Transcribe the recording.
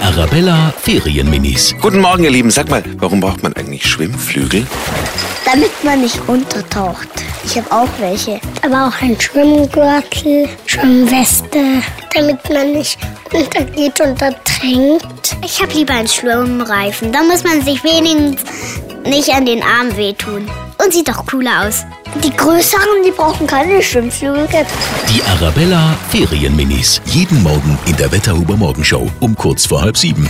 Arabella Ferienminis. Guten Morgen, ihr Lieben. Sag mal, warum braucht man eigentlich Schwimmflügel? damit man nicht untertaucht. Ich habe auch welche. Aber auch ein Schwimmgürtel, Schwimmweste, damit man nicht untergeht und ertränkt. Ich habe lieber einen Schwimmreifen. Da muss man sich wenigstens nicht an den Arm wehtun. Und sieht doch cooler aus. Die größeren, die brauchen keine Schwimmflügel. Die Arabella Ferienminis. Jeden Morgen in der Wetterhuber Morgenshow um kurz vor halb sieben.